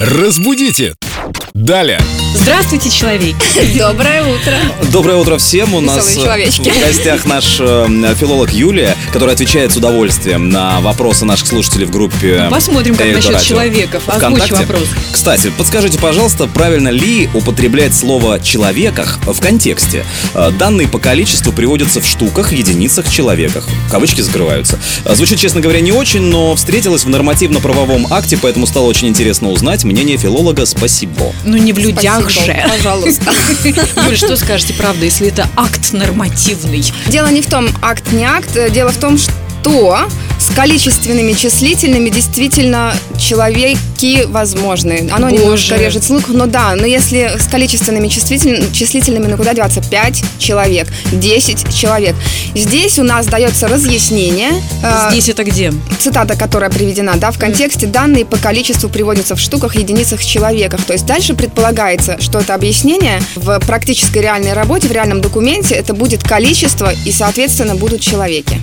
Разбудите! Далее! Здравствуйте, человек. Доброе утро. Доброе утро всем. У нас Веселые человечки. в гостях наш э, филолог Юлия, которая отвечает с удовольствием на вопросы наших слушателей в группе. Посмотрим, как «Эхо насчет радио». человеков. Озвучь Вконтакте. вопрос. Кстати, подскажите, пожалуйста, правильно ли употреблять слово «человеках» в контексте? Э, Данные по количеству приводятся в штуках, единицах, человеках. Кавычки закрываются. Э, Звучит, честно говоря, не очень, но встретилась в нормативно-правовом акте, поэтому стало очень интересно узнать мнение филолога. Спасибо. Ну не в людях Спасибо, же. Пожалуйста. Юль, что скажете, правда, если это акт нормативный? Дело не в том, акт не акт. э, Дело в том, что с количественными числительными действительно человеки возможны. Оно Боже. немножко режет слух, но да, но если с количественными числитель- числительными, ну куда деваться? 5 человек, 10 человек. Здесь у нас дается разъяснение. э, Здесь это где? цитата, которая приведена, да, в контексте данные по количеству приводятся в штуках, единицах, человеках. То есть дальше предполагается, что это объяснение в практической реальной работе, в реальном документе, это будет количество и, соответственно, будут человеки.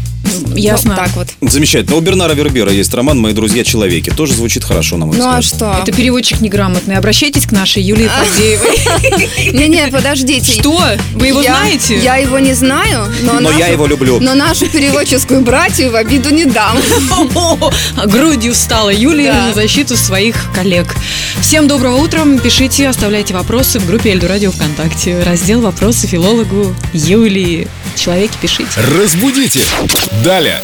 Ясно. Вот так вот. Замечательно. У Бернара Вербера есть роман «Мои друзья-человеки». Тоже звучит хорошо, на мой Ну взгляд. а что? Это переводчик неграмотный. Обращайтесь к нашей Юлии А. Фадеевой. Не-не, подождите. Что? Вы его Я- знаете? Я его не знаю, но, Но нашу- я его люблю. Но нашу переводческую братью в обиду не дам. А Грудью встала Юлия Да. на защиту своих коллег. Всем доброго утра. Пишите, оставляйте вопросы в группе Эльду Радио ВКонтакте. Раздел «Вопросы филологу Юлии». Человеки, пишите. Разбудите! Далее!